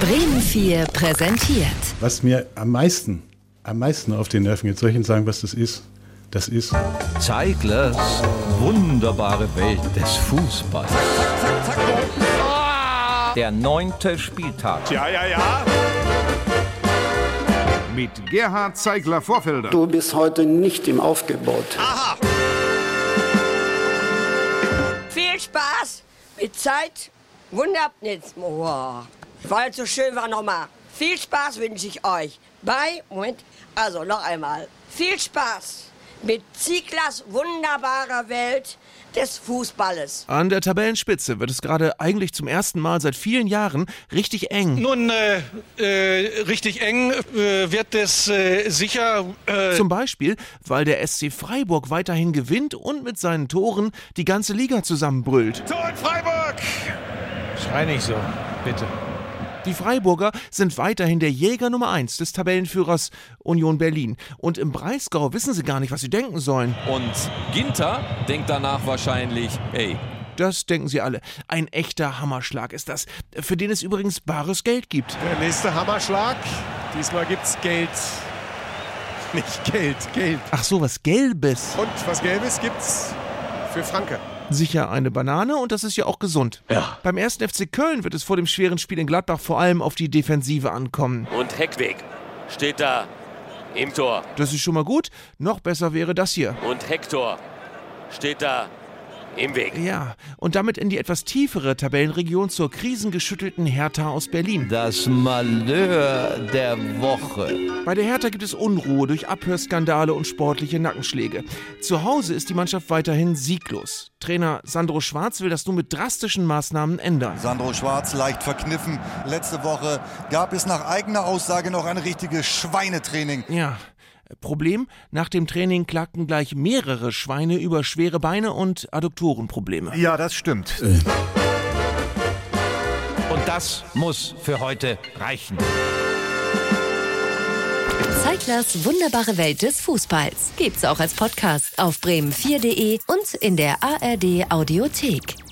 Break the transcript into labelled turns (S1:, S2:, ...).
S1: Bremen 4 präsentiert.
S2: Was mir am meisten, am meisten auf die Nerven geht, soll ich Ihnen sagen, was das ist? Das ist.
S3: Zeiglers wunderbare Welt des Fußballs. Der neunte Spieltag
S4: Ja, ja, ja.
S5: mit Gerhard Zeigler Vorfelder.
S6: Du bist heute nicht im Aufgebot.
S7: Viel Spaß mit Zeit und Abnetz. Wow. Weil es so schön war nochmal. Viel Spaß wünsche ich euch. Bei, Moment, also noch einmal. Viel Spaß mit Zieglers wunderbarer Welt des Fußballes.
S8: An der Tabellenspitze wird es gerade eigentlich zum ersten Mal seit vielen Jahren richtig eng.
S9: Nun, äh, äh, richtig eng äh, wird es äh, sicher. Äh,
S8: Zum Beispiel, weil der SC Freiburg weiterhin gewinnt und mit seinen Toren die ganze Liga zusammenbrüllt.
S4: Zurück Freiburg!
S9: Schrei nicht so, bitte.
S8: Die Freiburger sind weiterhin der Jäger Nummer 1 des Tabellenführers Union Berlin. Und im Breisgau wissen sie gar nicht, was sie denken sollen.
S3: Und Ginter denkt danach wahrscheinlich, ey,
S8: Das denken sie alle. Ein echter Hammerschlag ist das, für den es übrigens bares Geld gibt.
S10: Der nächste Hammerschlag. Diesmal gibt's Geld. Nicht Geld, Geld.
S8: Ach so, was Gelbes.
S10: Und was Gelbes gibt's für Franke.
S8: Sicher eine Banane und das ist ja auch gesund. Beim ersten FC Köln wird es vor dem schweren Spiel in Gladbach vor allem auf die Defensive ankommen.
S11: Und Heckweg steht da im Tor.
S8: Das ist schon mal gut. Noch besser wäre das hier.
S11: Und Hector steht da im Weg.
S8: Ja, und damit in die etwas tiefere Tabellenregion zur krisengeschüttelten Hertha aus Berlin.
S3: das Malheur der Woche.
S8: Bei der Hertha gibt es Unruhe durch Abhörskandale und sportliche Nackenschläge. Zu Hause ist die Mannschaft weiterhin sieglos. Trainer Sandro Schwarz will das nun mit drastischen Maßnahmen ändern.
S9: Sandro Schwarz leicht verkniffen. Letzte Woche gab es nach eigener Aussage noch ein richtiges Schweinetraining.
S8: Ja. Problem, nach dem Training klagten gleich mehrere Schweine über schwere Beine und Adduktorenprobleme.
S5: Ja, das stimmt.
S3: Und das muss für heute reichen.
S1: Zeiglers wunderbare Welt des Fußballs. Gibt's auch als Podcast auf bremen4.de und in der ARD Audiothek.